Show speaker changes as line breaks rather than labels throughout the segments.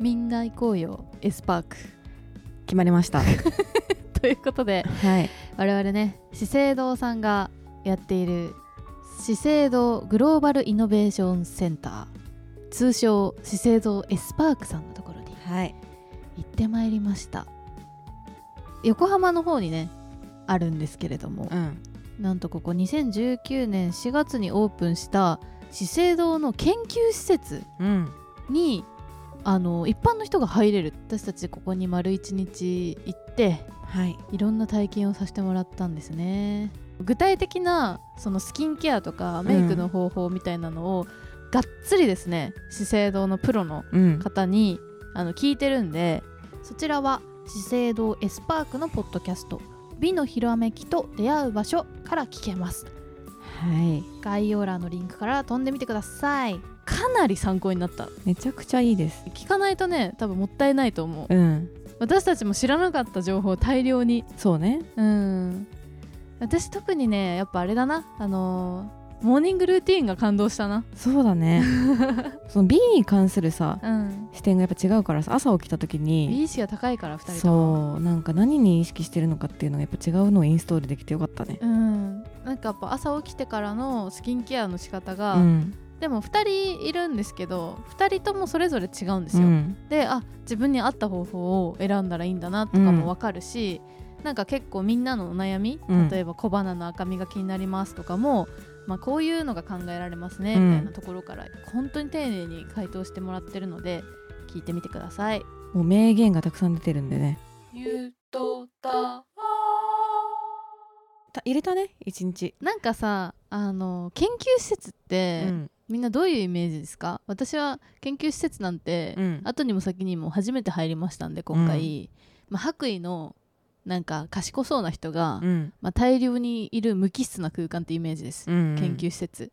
みんな行こうよエスパーク
決まりました
ということで
はい
我々ね資生堂さんがやっている資生堂グローバルイノベーションセンター通称資生堂エスパークさんのところに
はい
行ってまいりました横浜の方にねあるんですけれども
うん
なんとここ2019年4月にオープンした資生堂の研究施設
うん
にあの一般の人が入れる私たちここに丸1日行って
はい
いろんな体験をさせてもらったんですね具体的なそのスキンケアとかメイクの方法みたいなのを、がっつりですね資生堂のプロの
うん
方にあの聞いてるんでそちらは資生堂エスパークのポッドキャスト「美のひらめきと出会う場所」から聞けます
はい
概要欄のリンクから飛んでみてくださいかなり参考になった
めちゃくちゃいいです
聞かないとね多分もったいないと思う
うん
私たちも知らなかった情報を大量に
そうね
うん私特にねやっぱあれだなあのーモーニングルーティーンが感動したな
そうだね その美に関するさ
うん
視点がやっぱ違うからさ朝起きた時に
美意識が高いから2人とも
そうなんか何に意識してるのかっていうのがやっぱ違うのをインストールできてよかったね
うんなんかやっぱ朝起きてからのスキンケアの仕方が、
うん
でも2人いるんですけど2人ともそれぞれ違うんで
う
すよ、
ん
であ自分に合った方法を選んだらいいんだなとかも分かるし、なんか結構みんなのお悩み
うん
例えば小鼻の赤みが気になりますとかも、まあ、こういうのが考えられますね
う
み
ん
たいなところから本当に丁寧に回答してもらってるので聞いてみてください。
もう名言がたくさん出てるんでね
ゆとた
た入れたね一日
なんかさあの研究施設っ
う
て、
ん
みんなどういうイメージですか私は研究施設なんて、
うん
後にも先にも初めて入りましたんで今回、まあ、白衣のなんか賢そうな人が、
うん
まあ、大量にいる無機質な空間ってイメージです、研
研
究施設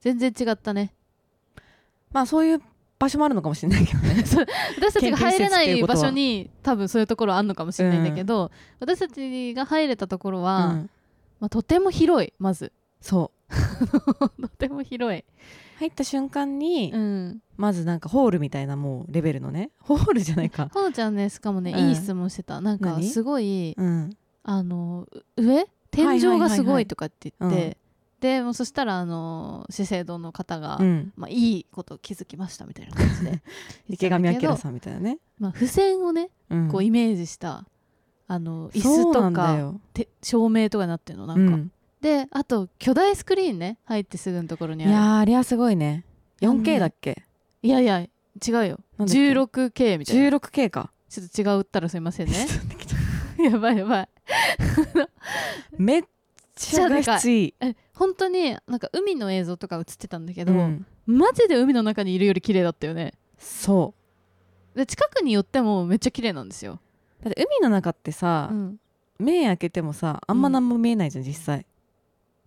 全然違ったね
まあそういう場所もあるのかもしれないけどね
私たちが入れな
研究施設ってい
いう
こと
場
は
所に多分そういうところあんのかもしれないんだけど、私たちが入れたところは、
うん
まあ、とても広いま ず
そ
とても広い、
う入った瞬間に、
うん、
まずなんかホールみたいなもうレベルのねホールじゃないか
ほのちゃんねしかもね、
うん
いい質問してたなんか
何
すごい
うん
あのう上天井がすごいとかって言って、
はいはいはい
でもうそしたらあの資生堂の方が、
うん
まあ、いいこと気づきましたみたいな感じで
池上
言ってたんだけど
彰さんみたいなね、
まあ付箋をね
うん
こうイメージした、あの椅
そ
子
うなん
と
だ
か
よ
て照明とかになってるのなん
う
か、
ん
であと巨大スクリーンね入ってすぐのところ
い
にある
やーあれはすごいね
あの
4K
ね
だっけ
いやいや違うよ
なんだっけ
16K みたいな
16K か
ちょっと違うったらすいませんね やばいやばい
めっちゃ画質いい
え本当になんか海の映像とか映ってたんだけど、
うん
マジで海の中にいるより綺麗だったよね
そ
で近くに寄ってもめっちゃ綺麗なんですよ、
うだって海の中ってさ、
うん
目開けてもさあんま何も見えないじゃん実際、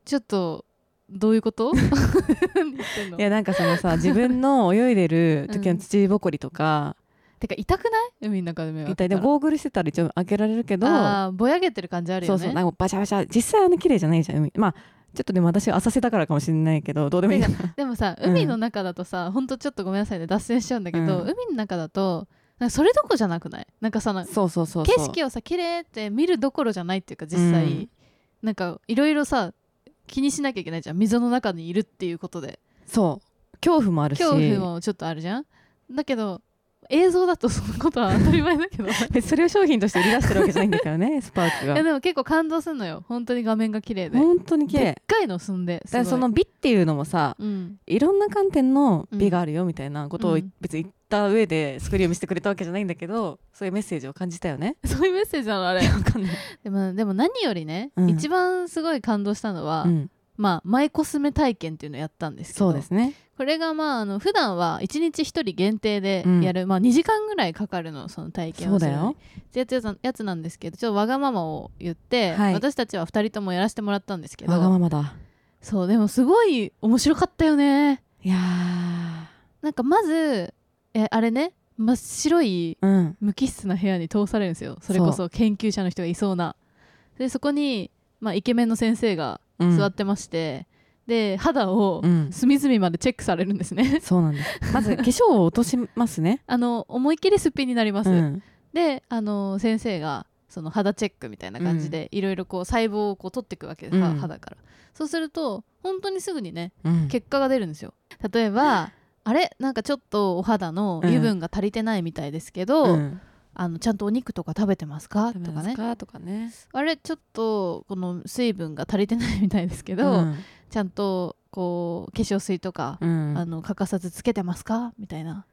ちょっとどういうこと 何言ってんの
いやなんかそ のさ自分の泳いでる時
うん
の土ぼこりとか、
てか痛くない海の中で目が
みたいでゴーグルしてたら一応開けられるけど
あーぼやげてる感じあるよ
そ
ね
うそうなんかバシャバシャ実際あの綺麗じゃないじゃん海まあちょっとでも私が浅瀬だからかもしれない けどどうでもいいな
でもさ
うん
海の中だとさ、ほんとちょっとごめんなさいね脱線しちゃうんだけど、
うん
海の中だとなんかそれどこじゃなくないなんかさ なんか
そうそうそうそう
景色をさ綺麗って見るどころじゃないっていうか実際、
うん
なんかいろいろさ気にしなきゃいけないじゃん溝の中にいるっていうことで
そう恐怖もあるし
恐怖もちょっとあるじゃんだけど映像だとそのことは当たり前だけ どい
でそれを商品として売り出してるわけじゃないんだからね スパーク
や
が
でも結構感動するのよ本当に画面が綺麗で
本当に綺
でっ
麗
かいの住んです
だか
ごい
らその美っていうのもさ
うん
いろんな観点の
うん
美があるよみたいなこと
う
を
ん
別に言った上でスクリーンを見せてくれたわけじゃないんだけどそういうメッセージを感じた よね
そういうメッセージなのあれ
わかんない、
でもでも何よりね、
うん
一番すごい感動したのは、
うん、
まあ、マイコスメ体験っていうのをやったんですけど
そうですね
これがまああの普段は1日1人限定でやる、まあ、2時間ぐらいかかるのその体験
そ
を
う
す
だ
るのに
よ
ってやつやつやつなんですけどちょっとわがままを言って、
はい
私たちは2人ともやらせてもらったんですけ
わが
ど
ままだ
そうでもすごい面白かったよね
いや
なんかまずえあれね真っ白い
ーうん
無機質な部屋に通されるんですよそれこそ研究者の人がいそうなでそこに、まあ、イケメンの先生が
うん
座ってまして、で肌を
うん、
隅々までチェックされるんですね
そうなんです。まず化粧を落としますね。
あの思いっきりすっぴんになります、
うん、
であの先生がその肌チェックみたいな感じでいろいろこう細胞をこう取っていくわけです、
うん
は肌からそうすると本当にすぐにね
うん、
結果が出るんですよ例えばあれなんかちょっとお肌の油分が足りてないみたいですけど、
うん
あのちゃんとお肉とか食べてますかとかね
とかね。
あれちょっとこの水分が足りてないみたいですけど、
うん
ちゃんとこう化粧水とか、
うん
あの欠かさずつけてますかみたいな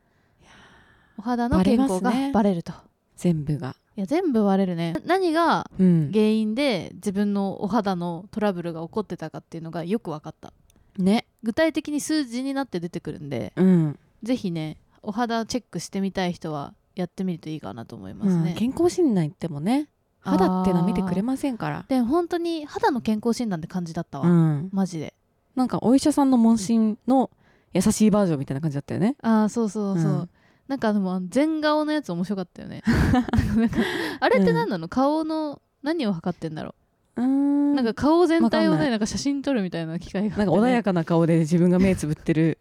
お肌の
バレ
健
ます
康
ね
がバレると、
全部が。
いや全部割れるね何が
うん、
原因で自分のお肌のトラブルが起こってたかっていうのがよく分かった
ね。
具体的に数字になって出てくるんで
うん、
ぜひねお肌チェックしてみたい人はやってみるといいかなと思います
うん
ね、
健康診断行ってもね、肌ってのは見てくれませんから。
で本当に肌の健康診断って感じだったわ、
うん、
マジで
なんかお医者さんの問診の優しいバージョンみたいな感じだったよね。
ああそうそうそう、
うん
なんかでもあの全顔のやつ面白かった よねなんかあれって何なの、顔の何を測ってんだろう、
うん
なんか顔全体を
わか
ね
ん
な
なんい
か写真撮るみたいな機会があ
なんか穏や
か
かな顔で自分が目つぶってる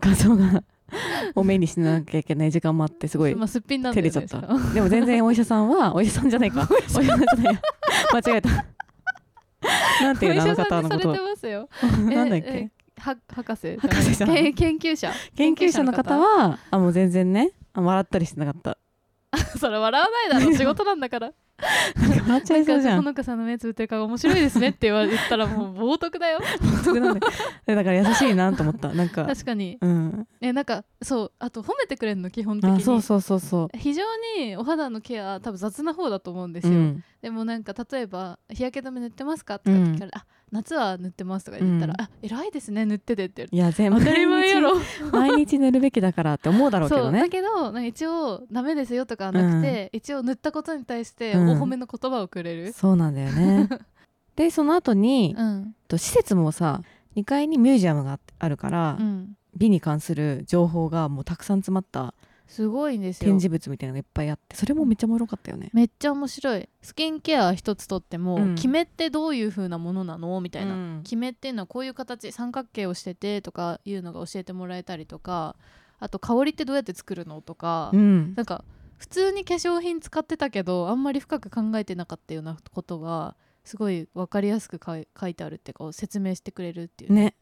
画像 がを目にしなきゃいけない時間もあってすごい
まあ、すっぴんなんだよね
照れちゃった
しかも
でも全然お医者さんはお 医者さんじゃないかお医者さんじゃない や間違えたなんていうのあの方の こ
お医者さんにされて
と
ますよえ
なんだっけ
えは博士
博士さん
け研究者
研究者の方はあもう全然ねあ笑ったりしてなかった
それ笑わない だろ仕事なんだから
なんか笑っちゃいそうじゃ
ほ
ん
のかさんの目つぶってる顔面白いですねって言われたらもう冒涜 だよ
なんででだから優しいなと思ったなんか
確かに
うん
えなんかそうあと褒めてくれるの基本的
あ
に
そうそうそうそ
非常にお肌のケア多分雑な方だと思うんです
うう
よ、
ん
でもなんか例えば「日焼け止め塗ってますか?」とか聞かれて「あ夏は塗ってます」とか言ったら「
う
あ偉いですね塗ってて」って
いや全
言
部
われて当たり前や ろ
毎日塗るべきだからって思うだろうけ
そ
ど
う
ね
だけどなんか一応「ダメですよ」とかはなくて、一応塗ったことに対してお
うん
褒めの言葉をくれる、
そうなんだ よねでその後に
うん
と施設もさ2階にミュージアムがああるから、
うん、
美に関する情報がもうたくさん詰まった
すごいんですよ
展示物みたいなのがいっぱいあってそれもめっちゃおもろかったよね。
めっちゃ面白いスキンケア一つとっても、
うん
決めってどういう風なものなのみたいな、
うん
決めっていうのはこういう形三角形をしててとかいうのが教えてもらえたりとかあと香りってどうやって作るのとか、
うん
なんか普通に化粧品使ってたけどあんまり深く考えてなかったようなことがすごい分かりやすく書い書いてあるっていうか説明してくれるっていう、
ね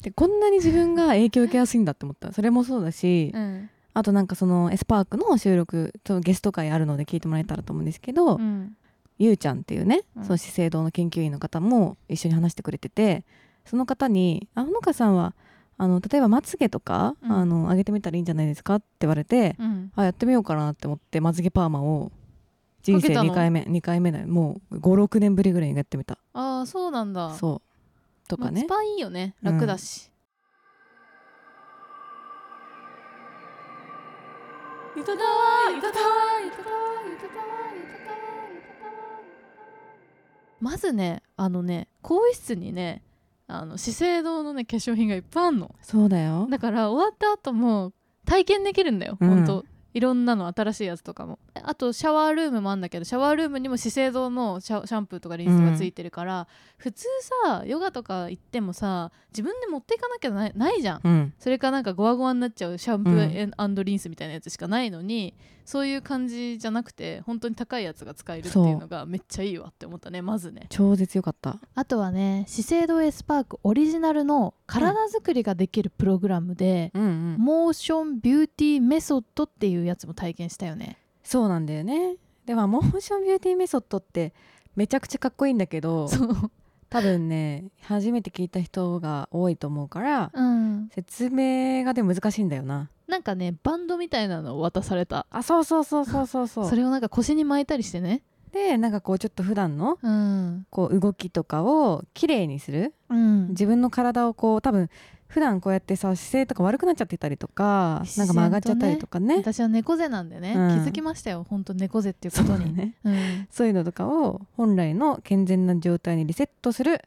でこんなに自分が影響を受けやすいんだって思ったそれもそうだし、
うん
あとなんかそのエスパークの収録とゲスト会あるので聞いてもらえたらと思うんですけど、
うん
ゆうちゃんっていうね、
うん
その資生堂の研究員の方も一緒に話してくれててその方に「あほのかさんはあの例えばまつげとか、
うん
あの上げてみたらいいんじゃないですか?」って言われて、
うん
あやってみようかなって思ってまつげパーマを人
かけ
生
たの
2回目2回目だよもう56年ぶりぐらいにやってみた
ああそうなんだ
そうとか
まあ
ね
一番いいよね楽だし、ゆたたわゆたたわゆたたわゆたたわゆたたわまずねあのね更衣室にねあの資生堂のね化粧品がいっぱいあんの
そうだよ
だから終わった後も体験できるんだよ、
うん
ほんといろんなの新しいやつとかもあとシャワールームもあんだけどシャワールームにも資生堂のシャシャンプーとかリンスがついてるから、普通さヨガとか行ってもさ自分で持っていかなきゃないないじゃん
うん
それかなんかゴワゴワになっちゃうシャンプ
うん
ーえんリンスみたいなやつしかないのに、そういう感じじゃなくて本当に高いやつが使えるっていうのがめっちゃいいわって思ったねまずね
超絶よかった
あとはね資生堂エスパークオリジナルの体作りができるプログラムで、
うんうん
モーションビューティーメソッドっていうやつも体験したよね
そうなんだよねではモーションビューティーメソッドってめちゃくちゃかっこいいんだけど
そう、
多分ね初めて聞いた人が多いと思うから
うん、
説明がでも難しいんだよな
なんかねバンドみたいなのを渡された
あそうそうそうそうそうそ
そうれをなんか腰に巻いたりしてね
でなんかこうちょっと普段の
うん、
こう動きとかを綺麗にする
うん、
自分の体をこう多分普段こうやってさ姿勢とか悪くなっちゃってたりとか
自然とね
なんか曲がっちゃったりとかね
私は猫背なんでね、
うん
気づきましたよ本当猫背っていう
そ
こ
う
と
だ
に、
ね
うん、
そういうのとかを本来の健全な状態にリセットする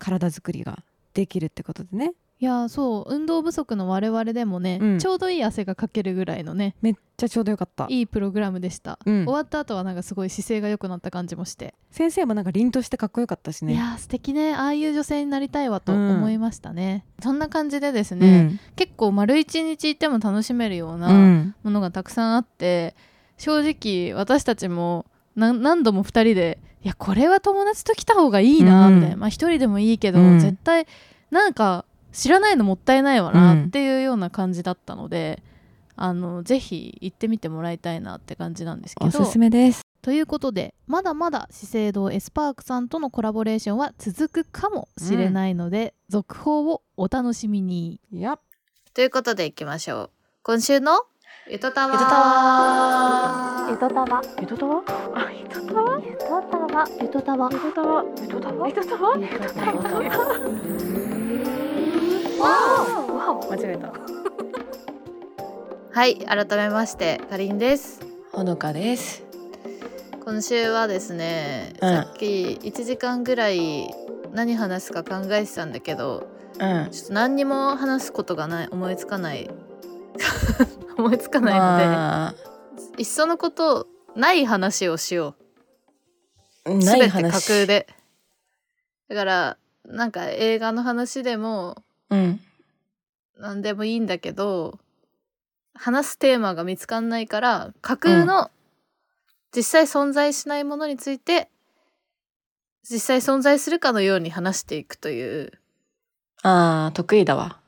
体作りができるってことでね
いやーそう運動不足の我々でもね、
うん
ちょうどいい汗がかけるぐらいのね
めっちゃちょうどよかった
いいプログラムでした、
うん
終わった後はなんかすごい姿勢が良くなった感じもして、
先生もなんか凛としてかっこよかったしね
いやー素敵ねああいう女性になりたいわと
うん
思いましたね、そんな感じでです
う
ね、
ん
結構丸一日行っても楽しめるよう
う
なんものがたくさんあって正直私たちも何何度も2人でいやこれは友達と来た方がいいな
う
み
ん
たいな、まあ1人でもいいけど、
うん
絶対なんか知らないのもったいないわ
うん
なっていうような感じだったので、あのぜひ行ってみてもらいたいなって感じなんですけ
お
ど
すすめです
ということでまだまだ資生堂エスパークさんとのコラボレーションは続くかもしれないので、続報をお楽しみに。
いや
ということでいきましょう今週のゆとたわゆとたわゆとたわゆとたわゆとたわゆとたわゆとたわゆとたわゆとたわゆとたわ
間違えた
はい改めましてかりんです
ほのかです。
今週はですね、
うん
さっき1時間ぐらい何話すか考えてたんだけど
うん。
ちょっと何にも話すことがない思いつかない 思いつかないので、
まあ、
いっそのことない話をしよう
な
全
い
て架
話。
空。でだからなんか映画の話でも
うん。
何でもいいんだけど話すテーマが見つかんないから架空の実際存在しないものについて、実際存在するかのように話していくという
ああ、得意だわ。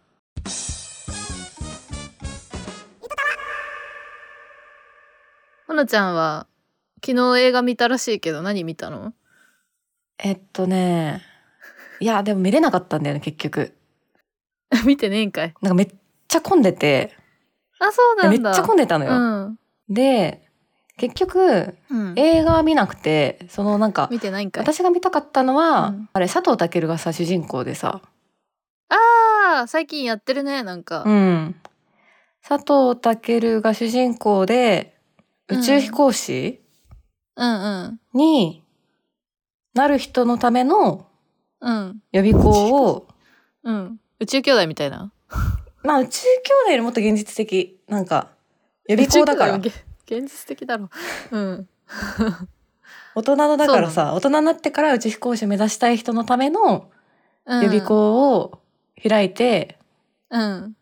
ほのちゃんは昨日映画見たらしいけど何見たの
えっとね。いや、でも見れなかったんだよね、結局。
見てねえんかい
なんかめっちゃ混んでて。
あそうな
めっ
ん
ち
だ
ゃ混んでたのよ。で、結局、
うん、うん、
映画は見なくて、そのなんか、
見てないんかい
私が見たかったのは、
うん
あれ、佐藤健がさ、主人公でさ。
ああ最近やってるねなんか、
うん。佐藤健が主人公で、宇宙飛行士、
うん、うん
になる人のための
うん
予備校を、
うん宇宙兄弟みたいな
まあ宇宙兄弟よりもっと現実的。なんか、予備校だから
宇。宙兄弟はげ現実的だろうん
大人のだからさ、大人になってから宇宙飛行士を目指したい人のための
予
予備校を開いて、
うん。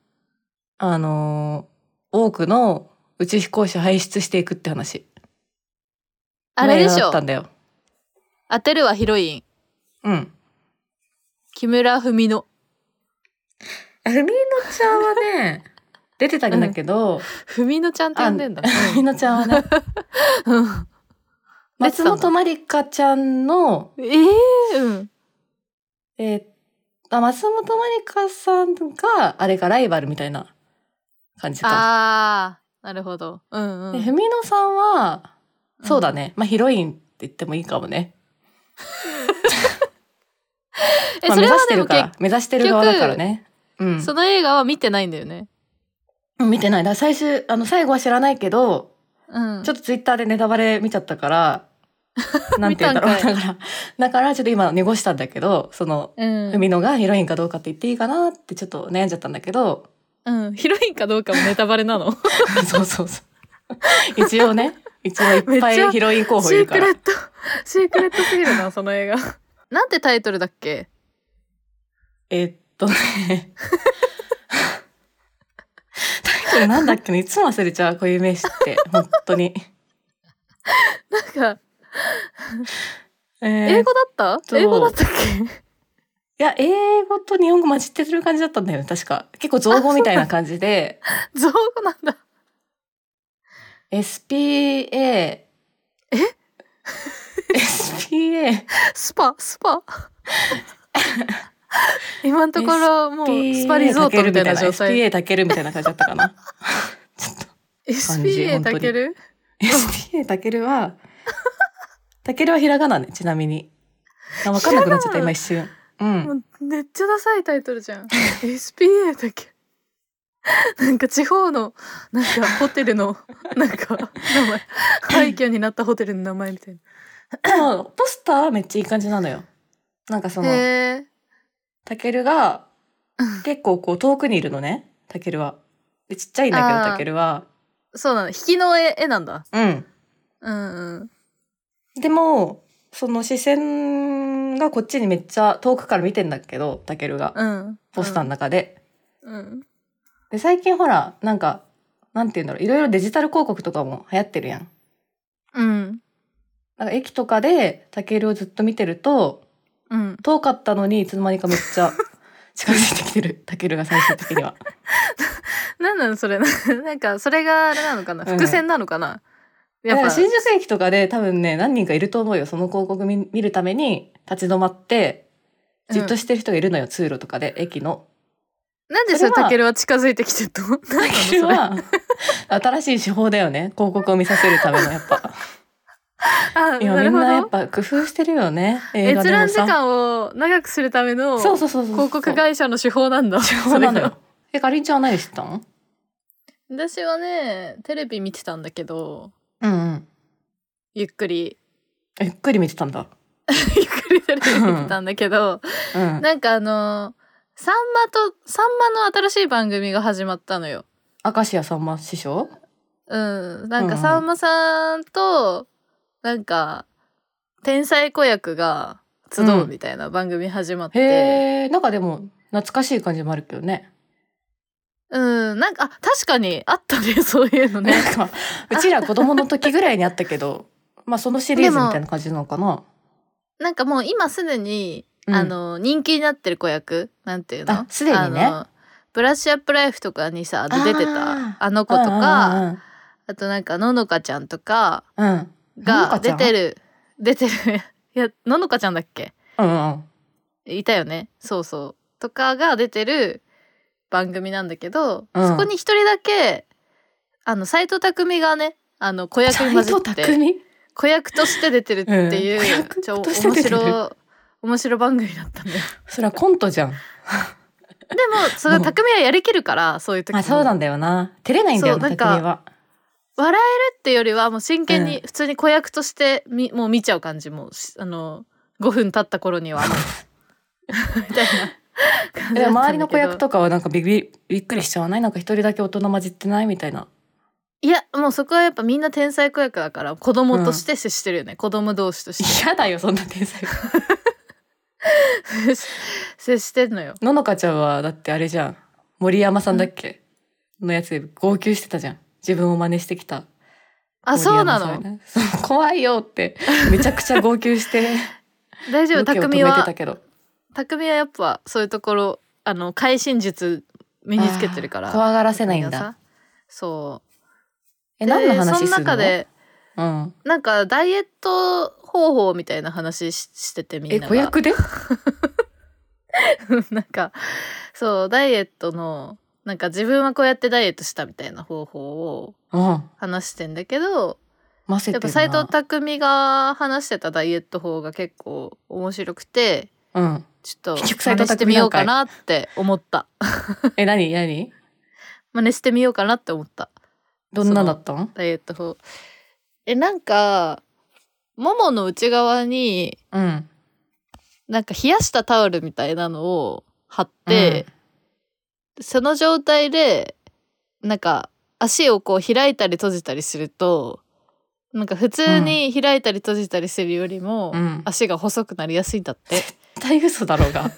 あのー多くの宇宙飛行士を輩出していくって話。
あれで
の映
し
画だっ
ょ
たんだよ。
当てるわヒロイン。
うん。
木村文乃。
ふみのちゃんはね、 出てたんだけど、
文乃ちゃんって呼んでんだ。
ふみのちゃんは ね、
うん
松本まりかちゃんの
ええうん。
えーあ松本まりかさんが、あれがライバルみたいな感じか。
あー、なるほど。うんう
で、
ん。
ふみのさんは、そうだね。まあ、ヒロインって言ってもいいかもね。
え、
ま
そ
あ、目
れ
指
は
して
で
る
も
から
け、
目指してる側だからね。うん。
その映画は見てないんだよね。
見てない。だから最終、あの、最後は知らないけど、
うん。
ちょっとツイッターでネタバレ見ちゃっ たから、なんて言うんだろう。
見たんか
だから、だからちょっと今濁したんだけど、その、
うん
ふみのがヒロインかどうかって言っていいかなってちょっと悩んじゃったんだけど、
うん。ヒロインかどうかもネタバレ なの。
そうそうそう。一応ね、一応いっぱ
めっちゃ
いヒロイン候補い
シ
る
ー
か
ク
ら
レッ。 ト、シークレットすぎるな、その映画。なんてタイトルだっけ
えっとね。タイトルなんだっけねいつも忘れちゃう、こういう名詞って。本当に。
なんか、
えー
英語だっ
と
た英語だったっ
いや、英語と日本語混じってる感じだったんだよね、確か。結構造語みたいな感じで、
け 造語なんだ。
SPA。え ?SPA。
スパス パ今のところもうスパリゾートみたいな状態
SPA たけるみたいな感じだったかな。ちょっと。感じ
SPA
本当
た
に
ける
SPA たけるは、たけるはひらがなね、ちなみに。あわかんなくなっちゃっ
ひ
た、
らがな
今一瞬。うん。
もうめっちゃダサいタイトルじ ゃん SPA たけるなんか地方のなんかホテル のなんか名前廃墟になったホテルの名前みたい
でも、ポスターはめっちゃいい感じなのよ。なんかそ
な
の、
へえ
たけるが、結構こう遠くにいるのね、タケルは。で、ちっちゃいんだけ
あ
ど、
ー
タケルは。
そうなの。引きの絵絵なんだ。
うん。
うんうん。
でも、その視線がこっちにめっちゃ遠くから見てんだけど、タケルが。
うん。
ポスターの中で。
うん。
で、最近ほら、なんか、なんて言うんだろう、いろいろデジタル広告とかも流行ってるやん。
うん。
なんか駅とかでタケルをずっと見てると、
うん。
遠かったのにいつの間にかめっちゃ近づいてきてる、タケルが最終的には。
なんなのそれ。 なんか、それがあれなのかな
うん
伏線なのかな、やっ
だから
ぱ。
新宿駅とかで多分ね、何人かいると思うよ。その広告見見るために立ち止まって、じっとしてる人がいるのよ、通路とかで、駅の。
なんでそれ
それは
タケルは近づいてきてると思ったの
タケルは、新しい手法だよね。広告を見させるための、や っぱ。
あ、
いや、
な
み
る
ん
ほ
なやっ
ど。
ぱ工夫してるよね。映画
閲
でも
覧時
さ。
間を長くするための
そう
広
そうそうそう。
告会社の手法なんだ。
そうなの
それが
よ。え、かりんちゃんは何知ったん
私はね、テレビ見てたんだけど、
うんうん。
ゆっくり、
えゆっくり見てたんだ。
ゆっくりテレビ見てたんだけど、
うん。
なんかあの、さんまと、さんまの新しい番組が始まったのよ。
明石家さんま師匠
うん。なん
うんう
か
ん
さんまさんと、なんか、天才子役が集うみたいな番組始まっ
へ
て、
え、なんかでも、懐かしい感じもあるけどね。
うん、なんか、あ、確かにあったね、 そういうのね。
なんか、うちら子供の時ぐらいにあったけど、まあそのシリーズみたいな感じなのかな。
なんかもう今すでに、
うん
あの人気になってる子役なんていうの
あすでにね
あのブラッシュアップライフとかにさ出て
あー
たあの子とか、
うんうん
あとなんかののかちゃんとか
うん。うんのの
が
かち
出
ゃん
てる出てる いやののかちゃんだっけ
うんうん。
いたよねそうそうとかが出てる番組なんだけど、
うん
そこに一人だけあの斎藤工がねあの子役に混じっ
斎
て
藤匠
子役として出てるっていう、
うん子役
ちょ
として
面
出てる
白 面白番組だ ったんだよ
それはコントじゃん。
でもそれ
もう
匠はやりきるからそういう時も
あ、そうなんだよな。照れないんだよ
そ
な、
うなんか
匠は。
笑えるってよりはもう真剣
う
に普通に子役としてみ、もう見ちゃう感じもうしあの5分経った頃に はみたいな感じ
で
だったんだけど
周りの子役とかはなんかびびびっくりしちゃわないなんか一人だけ大人混じってないみたいな。
いやもうそこはやっぱみんな天才子役だから子供として接してるよね、子供同士として
嫌だよ、そんな天才。
接してんのよ
ののかちゃんは、だってあれじゃん。森山さんだっけ、のやつで号泣してたじゃん。自分を真似してきた。
あそうな
森山さん
の
がねそう怖いよって、めちゃくちゃ号 泣して、
大丈夫
ロケを止
匠
めて
は
たけど。
匠はやっぱそういうところあの会心術身につけてるから
あー怖がらせないんだ。
そう
え、何の
で
話するの
その中で
うん。
なんかダイエット方法みたいな話ししててみん
え、
なが
子役で
なんかそうダイエットのなんか自分はこうやってダイエットしたみたいな方法を
うん。
話してんだけど
ませ
や
て
っぱ
るな。
斎藤工が話してたダイエット法が結構面白くて
うん。
ちょっと
結局
真似
斎藤
して
工
みよ
な
うんか
かい
なって思った
え、何何
真似してみようかなって思った
どんなだったん
ダイエット法えなんかももの内側に
うん。
なんか冷やしたタオルみたいなのを貼って、その状態でなんか足をこう開いたり閉じたりするとなんか普通に開いたり閉じたりするよりも、
うん。
足が細くなりやすいんだってっ
絶対嘘だろ うが。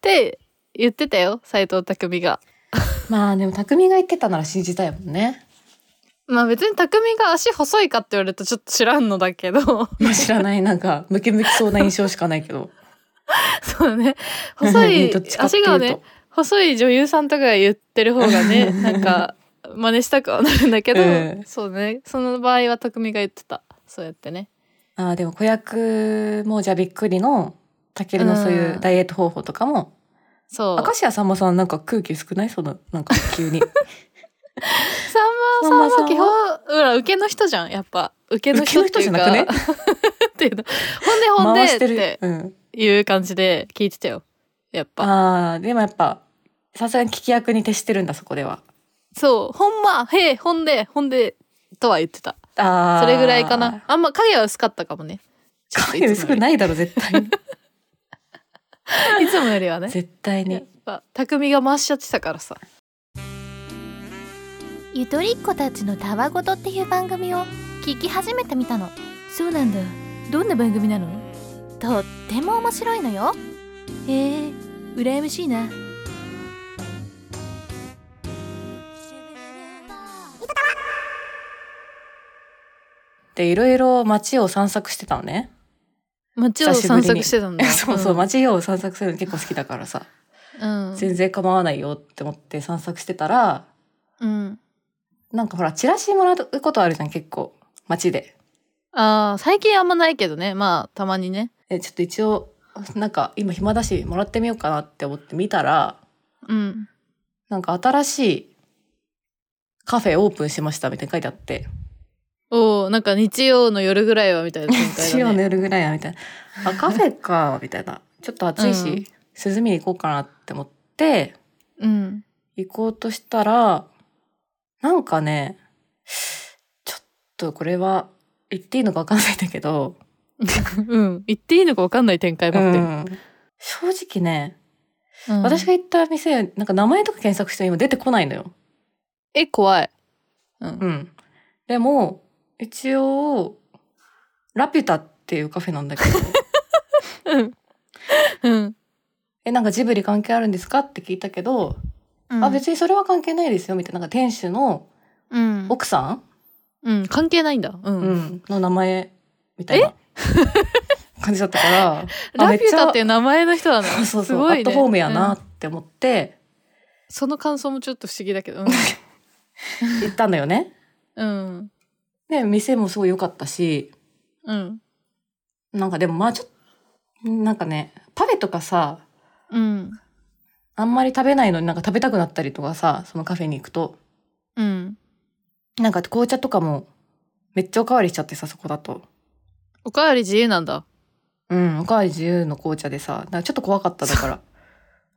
て言ってたよ斎藤匠が。
まあでも、匠が言ってたなら信じたいもんね。
まあ別に匠が足細いかって言われるとちょっと知らんのだけど
まあ知らない、なんか、ムキムキそうな印象しかないけど。
そうね細い
どっちかってい
足
うと
がね細い女優さんとかが言ってる方が ねなんか真似したくはなるんだけど、
ええ
そうねその場合は匠が言ってたそうやってね
ああ、でも子役もじゃあびっくりの、タケルのそういうダイエット方法とかも、
そう
明石家さんまさんなんか空気少ないその、なんか 急に。
さんまさんは基
さんま
本ほら受けの人じゃんやっぱ受けの
受
人
けの
って
人
い
じ
う
ゃ
か
なくね
っていうのほんでほん
回
で
して
って
る。うん。
いう感じで聞いてたよやっぱ
ああ、でもやっぱ、さすがに聞き役に徹してるんだ、そこでは。
そうほんまへえほんでほんでとは言ってた
ああ。
それぐらいかな。あんま影は薄かったかもね
影薄くないだろ、絶対に。
いつもよりはね
絶対
やっ
に。
ぱ匠が回しちゃってたからさ
ゆとりっ子たちのたわごとっていう番組を聞き始めてみたのそうなんだどんな番組なのとっても面白いのよへえ羨ましいな
で、いろいろ街を散策してたのね。
街を散策してたんだ
そうそう、街を散策するの結構好きだからさ。
うん、うん
全然構わないよって思って散策してたら、
うん、
なんかほら、チラシもらうことあるじゃん、結構。街で。
ああ最近あんまないけどねまあたまにね
え、ちょっと一応、なんか今暇だし、もらってみようかなって思って見たら、
うん
なんか新しいカフェオープンしましたみたいに書いてあって。
おおなんか日曜の夜ぐらいはみたいな展開だ
日
ね
曜の夜ぐらいや、みたいな。あ、カフェか、みたいな。 ちょっと暑い
うん
し、涼みに行こうかなって思って、
うん
行こうとしたら、なんかね、ちょっとこれは言っていいのかわかんないんだけど、
うん言っていいのか分かんない展開
う
待ってる、
ん正直ね、
うん
私が行った店、なんか名前とか検索しても今出てこないのよ。
え怖い、うん
うん。でも、一応、ラピュタっていうカフェなんだけど、
うんうん
え、なんかジブリ関係あるんですかって聞いたけど、
うん
あ、別にそれは関係ないですよ、みたいな。なんか店主の
うん、
奥さん、
うん、関係ないんだ。うん。
うん、の名前、みたいな 感じだった から、あ
ラピュタっていう名前の人なの。
そうそう
す
そう、
ご
ア
い、ね。
ットホームやな
う
っ
ん
て思って、
その感想もちょっと不思議だけど。
行ったのよね。
うん。
で、店もすごい良かったし、
うん。
なんかでもまあちょっと、なんかね、パフェとかさ、
うん。
あんまり食べないのになんか食べたくなったりとかさ、そのカフェに行くと。
うん。
なんか紅茶とかも、めっちゃおかわりしちゃってさ、そこだと。
おかわり自由なんだ。
うん、おかわり自由の紅茶でさ、なんかちょっと怖かった だから。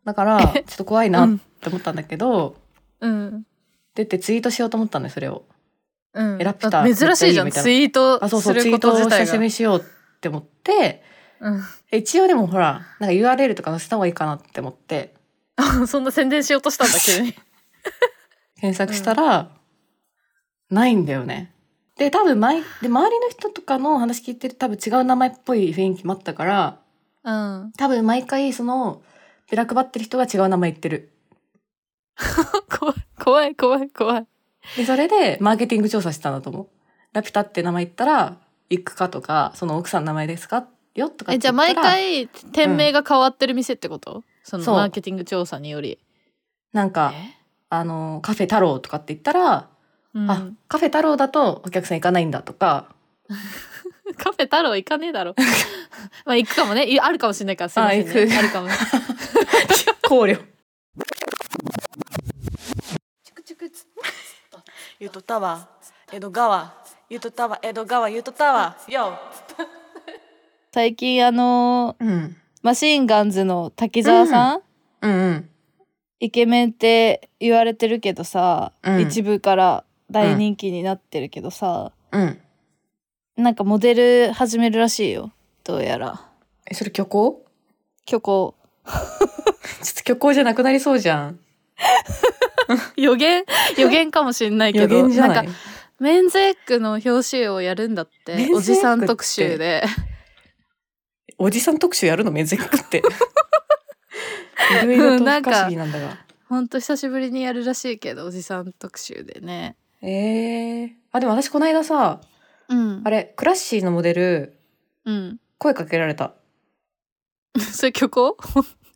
だから、ちょっと怖いなって思ったんだけど、
うん。
出てツイートしようと思ったんだよ、それを。
うん。
えラピュタ
あ珍しいじゃ
め
ん。
っちゃ
ツイート
あ、そう
す
そう、ツ
る
イー
こと
トを
自体
久しぶり
が。
にしようって思って、一応でもほら、なんか URL とか載せた方がいいかなって思って、
うん。 そんな宣伝しようとしたんだ、急に。
検索したら、ないんだよね。で、多分前、で、周りの人とかの話聞いてる多分違う名前っぽい雰囲気もあったから、
うん。
多分毎回その、ビラ配ってる人が違う名前言ってる。
怖い、怖い、怖い、怖い。
で、それでマーケティング調査したんだと思う。ラピュタって名前言ったら、行くかとか、その奥さんの名前ですかよとかっ
え、
て
じゃ
言
あ
ったら。
毎回、店名が変わってる店ってことその
そう
マーケティング調査により。
なんか、
え
あの、カフェ太郎とかって言ったら、
うん
あ、カフェ太郎だとお客さん行かないんだとか、
カフェ太郎行かねえ だろ。まあ行くかもね。いあるかもしれないからすいません、ね。
あ行く
あるかもね。
考 慮。
ゆとたわ、江戸川、ゆとたわ、江戸川、ゆとたわ、よ。
最近あのー
うん。
マシンガンズの滝沢さん、
うんうん。
イケメンって言われてるけどさ、
うん
一部から大人気になってるけどさ、
うん。
なんかモデル始めるらしいよ。どうやら。
え、それ虚構
虚 構。
ちょっと虚構じゃなくなりそうじゃん。
予言 予言かもしれないけ
予
ど。
言じゃない
んかメンズエッグの表紙をやるんだっ
メン
て
ズエッグって
おじさん特集で
おじさん特集やるのめずく って。いろいろと不可思議なんだが。
ほんと久しぶりにやるらしいけどおじさん特集でね
えー。あ、でも私この間さ、
うん
あれ、クラッシーのモデル、
うん。
声かけられた。
それ虚構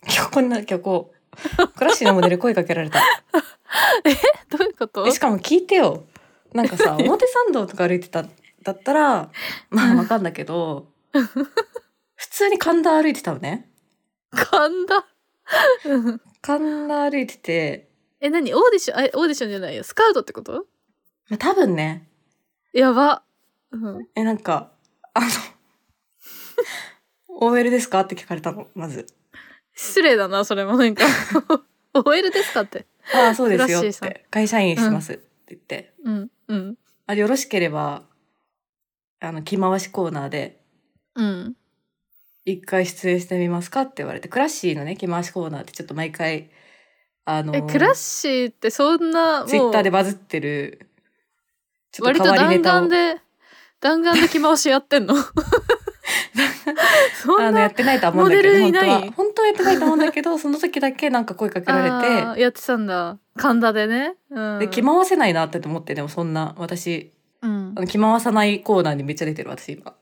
虚構な、虚構。クラッシーのモデル声かけら れた。
どういうこと
えしかも聞いてよなん かさ表参道とか歩いてただったらまあわかんだけど普通に神田歩いてたのね
神田
神田歩いてて
え、何オーディション、あ、オーディションじゃないよ。スカウトってこと
まあ多分ね
やば。うん。
えなんかあの OL ですかって聞かれたのまず
失礼だな、それもなんか。OL ですかって。
「ああそうですよ」
クラッシー
っ
さん
て「会社員してます」って言って、
うん。うん。
あよろしければあの着回しコーナーで
うん。
一回出演してみますかって言われて、クラッシーのね、着回しコーナーってちょっと毎回、あの、
えクラッシーってそんなもう
ツイッターでバズってる、ちょっ
割
と
と
変わり
弾
ネタを
丸、で弾丸で着回しやって んのそ
あ
ん
の、やっ
な
てないとは思うんだけど、
モデルい
本当
ない
は。本当はやってないと思うんだけど、その時だけなんか声かけら
あ
れ
ーやってたんだ神田でね、うん、
て、で、着回せないなって思って、でもそんな、私、
うん
あの着回さないコーナーにめっちゃ出てる、私今。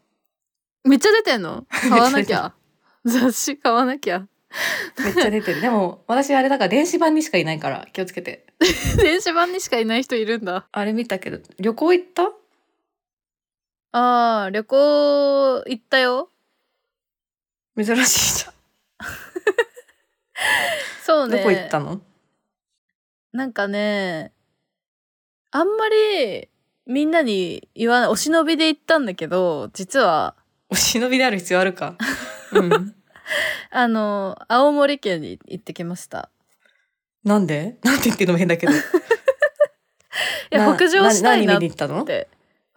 めっちゃ出てんの買わなき ゃ雑誌買わなきゃ
めっちゃ出てる。でも、私あれだから電子版にしかいないから、気をつけて。
電子版にしかいない人いるんだ
あれ見たけど、旅行行った
あー旅行行ったよ
珍しいじゃん。
そうね
どこ行ったの
なんかねあんまりみんなに言わないお忍びで行ったんだけど実は
お忍びである必要ある か。うん。
あの青森県に行ってきました
なんでなんて言ってるのも変だ けど。い
いや北上したいな
何
っ
見に行ったの
て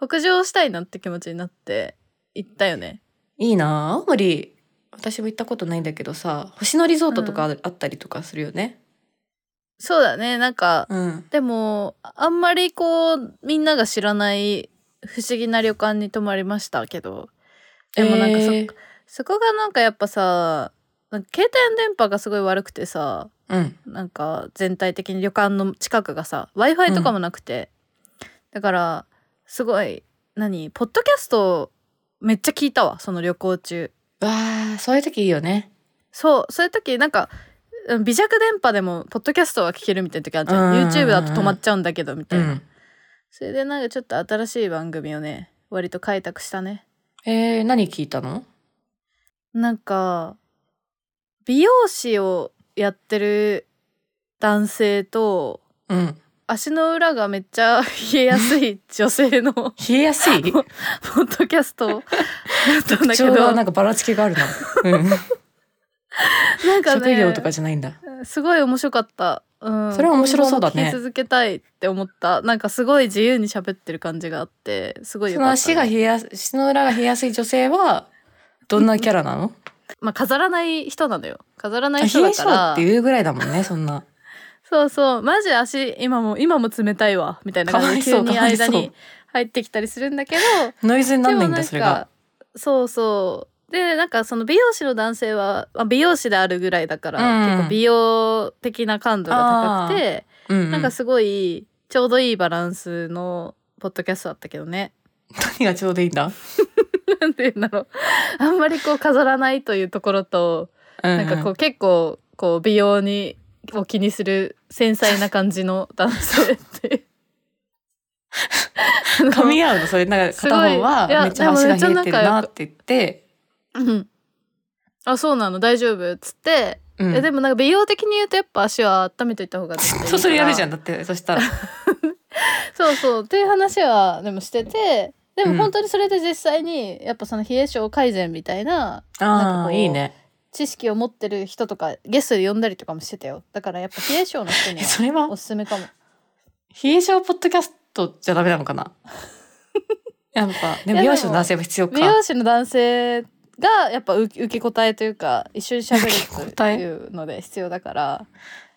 北上したいなって気持ちになって行ったよね
いいなあ青森、私も行ったことないんだけどさ、星野リゾートとかああったりとかするよね。
そうだねなんか
うん。
でもあんまりこうみんなが知らない不思議な旅館に泊まりましたけどでもなんかそ,、
えー
そこがなんかやっぱさなんか携帯電波がすごい悪くてさ
うん。
なんか全体的に旅館の近くがさ w i f i とかもなくて、だからすごい何ポッドキャストめっちゃ聞いたわその旅行中
わあ、そういう時いいよね。
そうそういう時なんかうん微弱電波でもポッドキャストは聞けるみたいな時あるじゃん
うんうんうん
YouTube だと止まっちゃうんだけどみた
う
いな、
ん。
それでなんかちょっと新しい番組をね割と開拓したね
えー、何聞いたの
なんか美容師をやってる男性と
うん。
足の裏がめっちゃ冷えやすい女性の ポ
冷えや すい
ッドキャストだったんだ
特
け
徴
ど
が
な
なん
ん
かばらつきがあるな。うん。
か
職業とか
ね
じゃないんだ。
すごい面白かった、うん、
それは面白そうだね
今後も聞き続けたいって思ったなんかすごい自由に喋ってる感じがあってすごいよ
そ
か
の
ったね、
足が冷えやす、足の裏が冷えやすい女性は、どんなキャラなの
まあ飾らない人なのよ飾らな
あ
い
冷
人だ
え
か
性っ
ら
ていうぐらいだもんね、そんな。
そうそうマジ足今も今も冷たいわみたいな感じで
か
急
わいそう
に
かわいそう
間に入ってきたりするんだけど
ノイズになんないん
で
だ、
も
それが。
そうそうでなんかその美容師の男性は、まあ、美容師であるぐらいだから、
うん
結構美容的な感度が高くて、
うんうん、
なんかすごいちょうどいいバランスのポッドキャストだったけどね
何がちょうどいいんだ。
なんて言うんだろうあんまりこう飾らないというところと、
な
なんかこう結構こう美容にを気にする繊細な感じの男性って。
噛み合うの、それ、なんか
すごい
片方はい
や
めっちゃ足が冷えてるなって言って、
うんあそうなの大丈夫っつって、
うん
えでもなんか美容的に言うとやっぱ足は温めといた方が絶対いいから
ずっとそれやるじゃん、だって、そした ら。
そうそうっていう話はでもしててで
う
も
ん
本当にそれで実際にやっぱその冷え性改善みたいななんか
あ
こ
あ、
う
いいね。
知識を持ってる人とかゲストで呼んだりとかもしてたよだからやっぱ冷え性の人に
え
は
それは
お、すすめかも
冷え性ポッドキャストじゃダメなの かなやっぱ、で
いやでも
も美容師の男性も必要か。
美容師の男性がやっぱ受け受け答えというか一緒に喋るっていうので必要だ から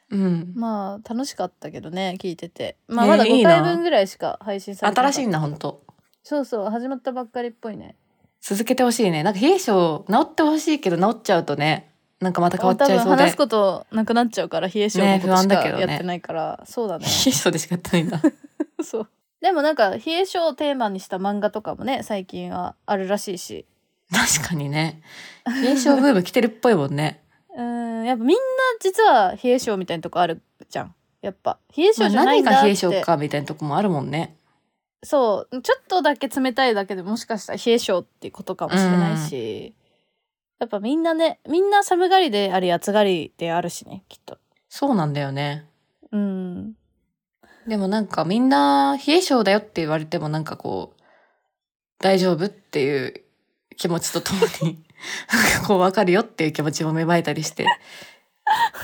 うん。
まあ楽しかったけどね聞いてて、まあ、
えー
まだ
い
5
いな
回分ぐらいしか配信されてなか
新
った
しいんだ、本当
そうそう始まったばっかりっぽいね
続けてほしいね。なんか冷え性、治ってほしいけど治っちゃうとね、なんかまた変わ
多
っち
分
ゃいそうで。
話すことなくなっちゃうから冷え性の
ね
ことし
不安だ
か
けどね
やってないから、そうだね
冷え性でしかやってない んだ。
そうでもなんか冷え性をテーマにした漫画とかもね最近はあるらしいし
確かにね。冷え性ブーム来てるっぽいもんね。
うーんやっぱみんな実は冷え性みたいなとこあるじゃんやっぱ 冷え
ま
性
あ
じゃない
何
んだって、
が冷え性かみたいなとこもあるもんね。
そうちょっとだけ冷たいだけでもしかしたら冷え性ってことかもしれないし、やっぱみんなねみんな寒がりであり暑がりであるしねきっと
そうなんだよね。
うん
でもなんかみんな冷え性だよって言われてもなんかこう、大丈夫っていう気持ちとともに、 なんかこうわかるよっていう気持ちも芽生えた りして、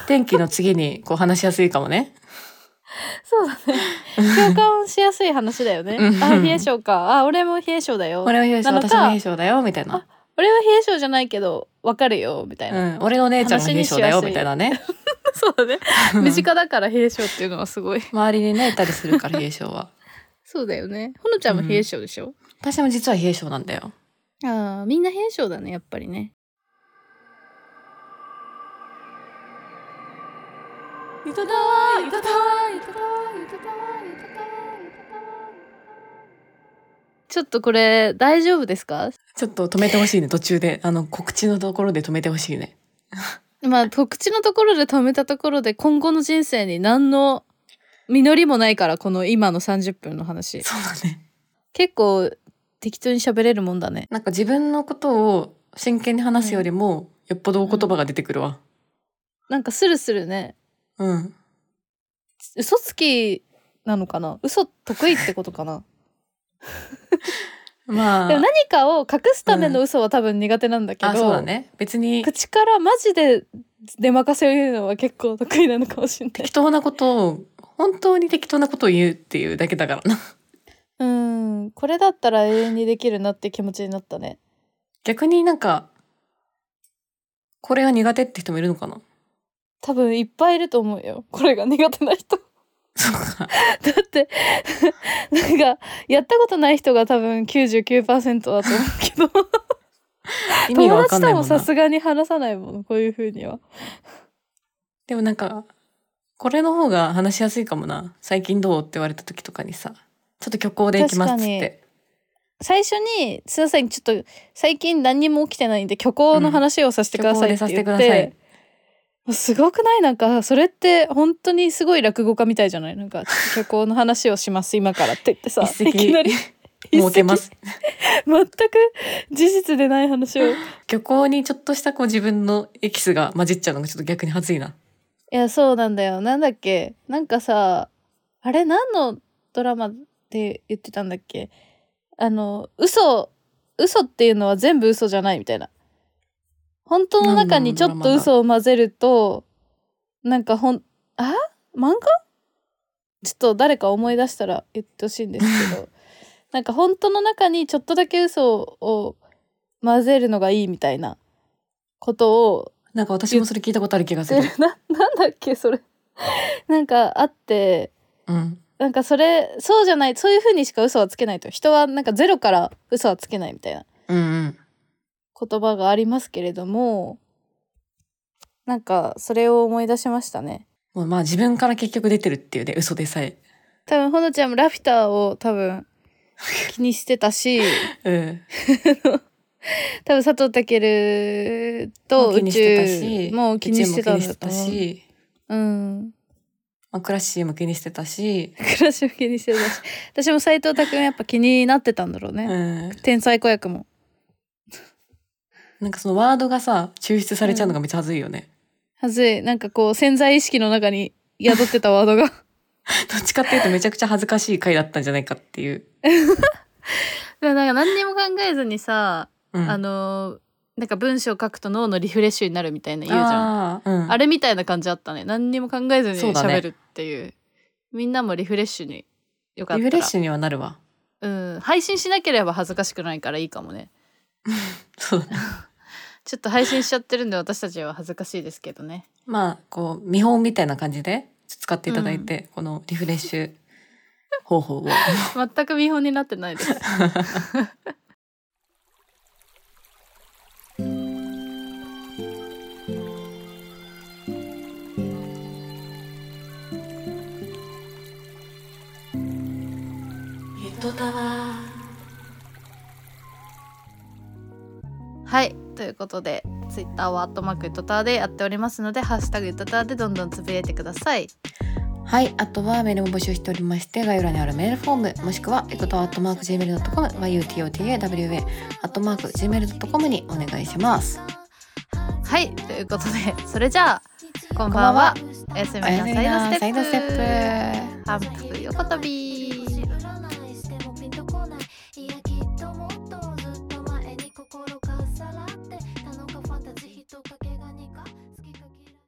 天気の次にこう話しやすいかもね。
そうだね共 感しやすい話だよね
うん
あ冷え性かあ俺も冷え性だよ
俺は冷え
な
性、
の
私
か
も冷え性だよ、みたいな。
俺は冷え性じゃないけど
分かるよみたいうな、
ん、俺の姉ちゃんが兵将だ
話にし
よ
やすい
みたいな ね
そうだね身近だから冷え性っていうのはすごい
周りにねいたりするから冷え性は
そうだよねほのちゃんも冷え性でしょ、
私も実は冷え性なんだよ
ああみんな平性だねやっぱりねちょっとこれ大丈夫ですか
ちょっと止めてほしいね途中であの告知のところで止めてほしいね
まあ特知のところで止めたところで今後の人生に何の実りもないからこの今の30分の話
そうだね
結構適当に喋れるもんだね
なんか自分のことを真剣に話すよりも、よっぽどお言葉が出てくるわ
なんかスルスルね
うん
嘘つきなのかな嘘得意ってことか な
まあ
でも何かを隠すための嘘は多分苦手なんだけど、
あそうだね別に
口からマジで出まかせを言うのは結構得意なのかもしれない
適当なことを本当に適当なことを言うっていうだけだからな
う んこれだったら永遠にできるなって気持ちになったね
逆になんかこれが苦手って人もいるのかな
多分いっぱいいると思うよこれが苦手な人だ
そうか
って なんかやったことない人が多分99%だと思うけど
意味がわ
友
か
達
んない
と
も
も
ん
さ
な
すがに話さないもんこういうふうには
でもなんかこれの方が話しやすいかもな最近どうって言われた時とかにさちょっと虚構でいきますっつって
最初に「すいませんちょっと最近何にも起きてないんで虚構の話をさせてく
虚
だ
構
さい」
で
って言
させてく
っ
ださい
て、もうすごくないなんかそれって本当にすごい落語家みたいじゃないなんかちょっと虚構の話をします今からって言ってさ
一
いきな り
石儲けます
全く事実でない話をい
虚構にちょっとしたこう自分のエキスが混じっちゃうのがちょっと逆に恥ずいな
やそうなんだよなんだっけなんかさあれ何のドラマで言ってたんだっけあの嘘嘘っていうのは全部嘘じゃないみたいな本当の中にちょ
何
っ
のド
と
ラマだ
嘘を混ぜるとなんかほんあ漫画ちょっと誰か思い出したら言ってほしいんですけどなんか本当の中にちょっとだけ嘘を混ぜるのがいいみたいなことを
なんか私もそれ聞いたことある気がする
言っ、てるな なんだっけそれなんかあって
うん、
なんかそれそうじゃないそういう風にしか嘘はつけないと人はなんかゼロから嘘はつけないみたいな
うんうん
言葉がありますけれどもなんかそれを思い出しましたね
もうまあ自分から結局出てるっていうね嘘でさえ
多分ほのちゃんもラフィターを多分気にしてた し
うん
多分佐藤健と
もう気
宇
にしてたし
宙も気にしてたんだ
宇宙も気にして
と
た
思う
し、
うん
まあ、クラッシーも気にしてたし、
クラッシュも気にしてたし私も斎藤拓君やっぱ気になってたんだろう
う
ね、
ん、
天才子役も
なんかそのワードがさ抽出されちゃうのがめっちゃ恥ずいよね、
はずいなんかこう潜在意識の中に宿ってたワード が
どっちかっていうとめちゃくちゃ恥ずかしい回だったんじゃないかっていう、
なんか何にも考えずにさ、
うん、
あのーなんか文章を書くと脳のリフレッシュになるみたいな言うじゃんあ,、
あーうん、
れみたいな感じあったね何にも考えずに
そうだね
喋るっていうみんなもリフレッシュによかった
リ
ら
フレッシュにはなるわ
うん配信しなければ恥ずかしくないからいいかもね
そうだね
ちょっと配信しちゃってるんで私たちは恥ずかしいですけどね
まあこう見本みたいな感じで使っていただいて、このリフレッシュ方法を
全く見本になってないです
ゆとたわ
はいということで Twitter は「アットマークトター」でやっておりますので「ハッシュタグトター」でどんどんつぶやいてください
はいあとはメールも募集しておりまして概要欄にあるメールフォームもしくはえことアットマーク Gmail.com yutotawa アットマーク Gmail.com にお願いします
はいということでそれじゃあこんばんはおやすみなさいのステップ
おやすみなさいのステップ
反復横跳び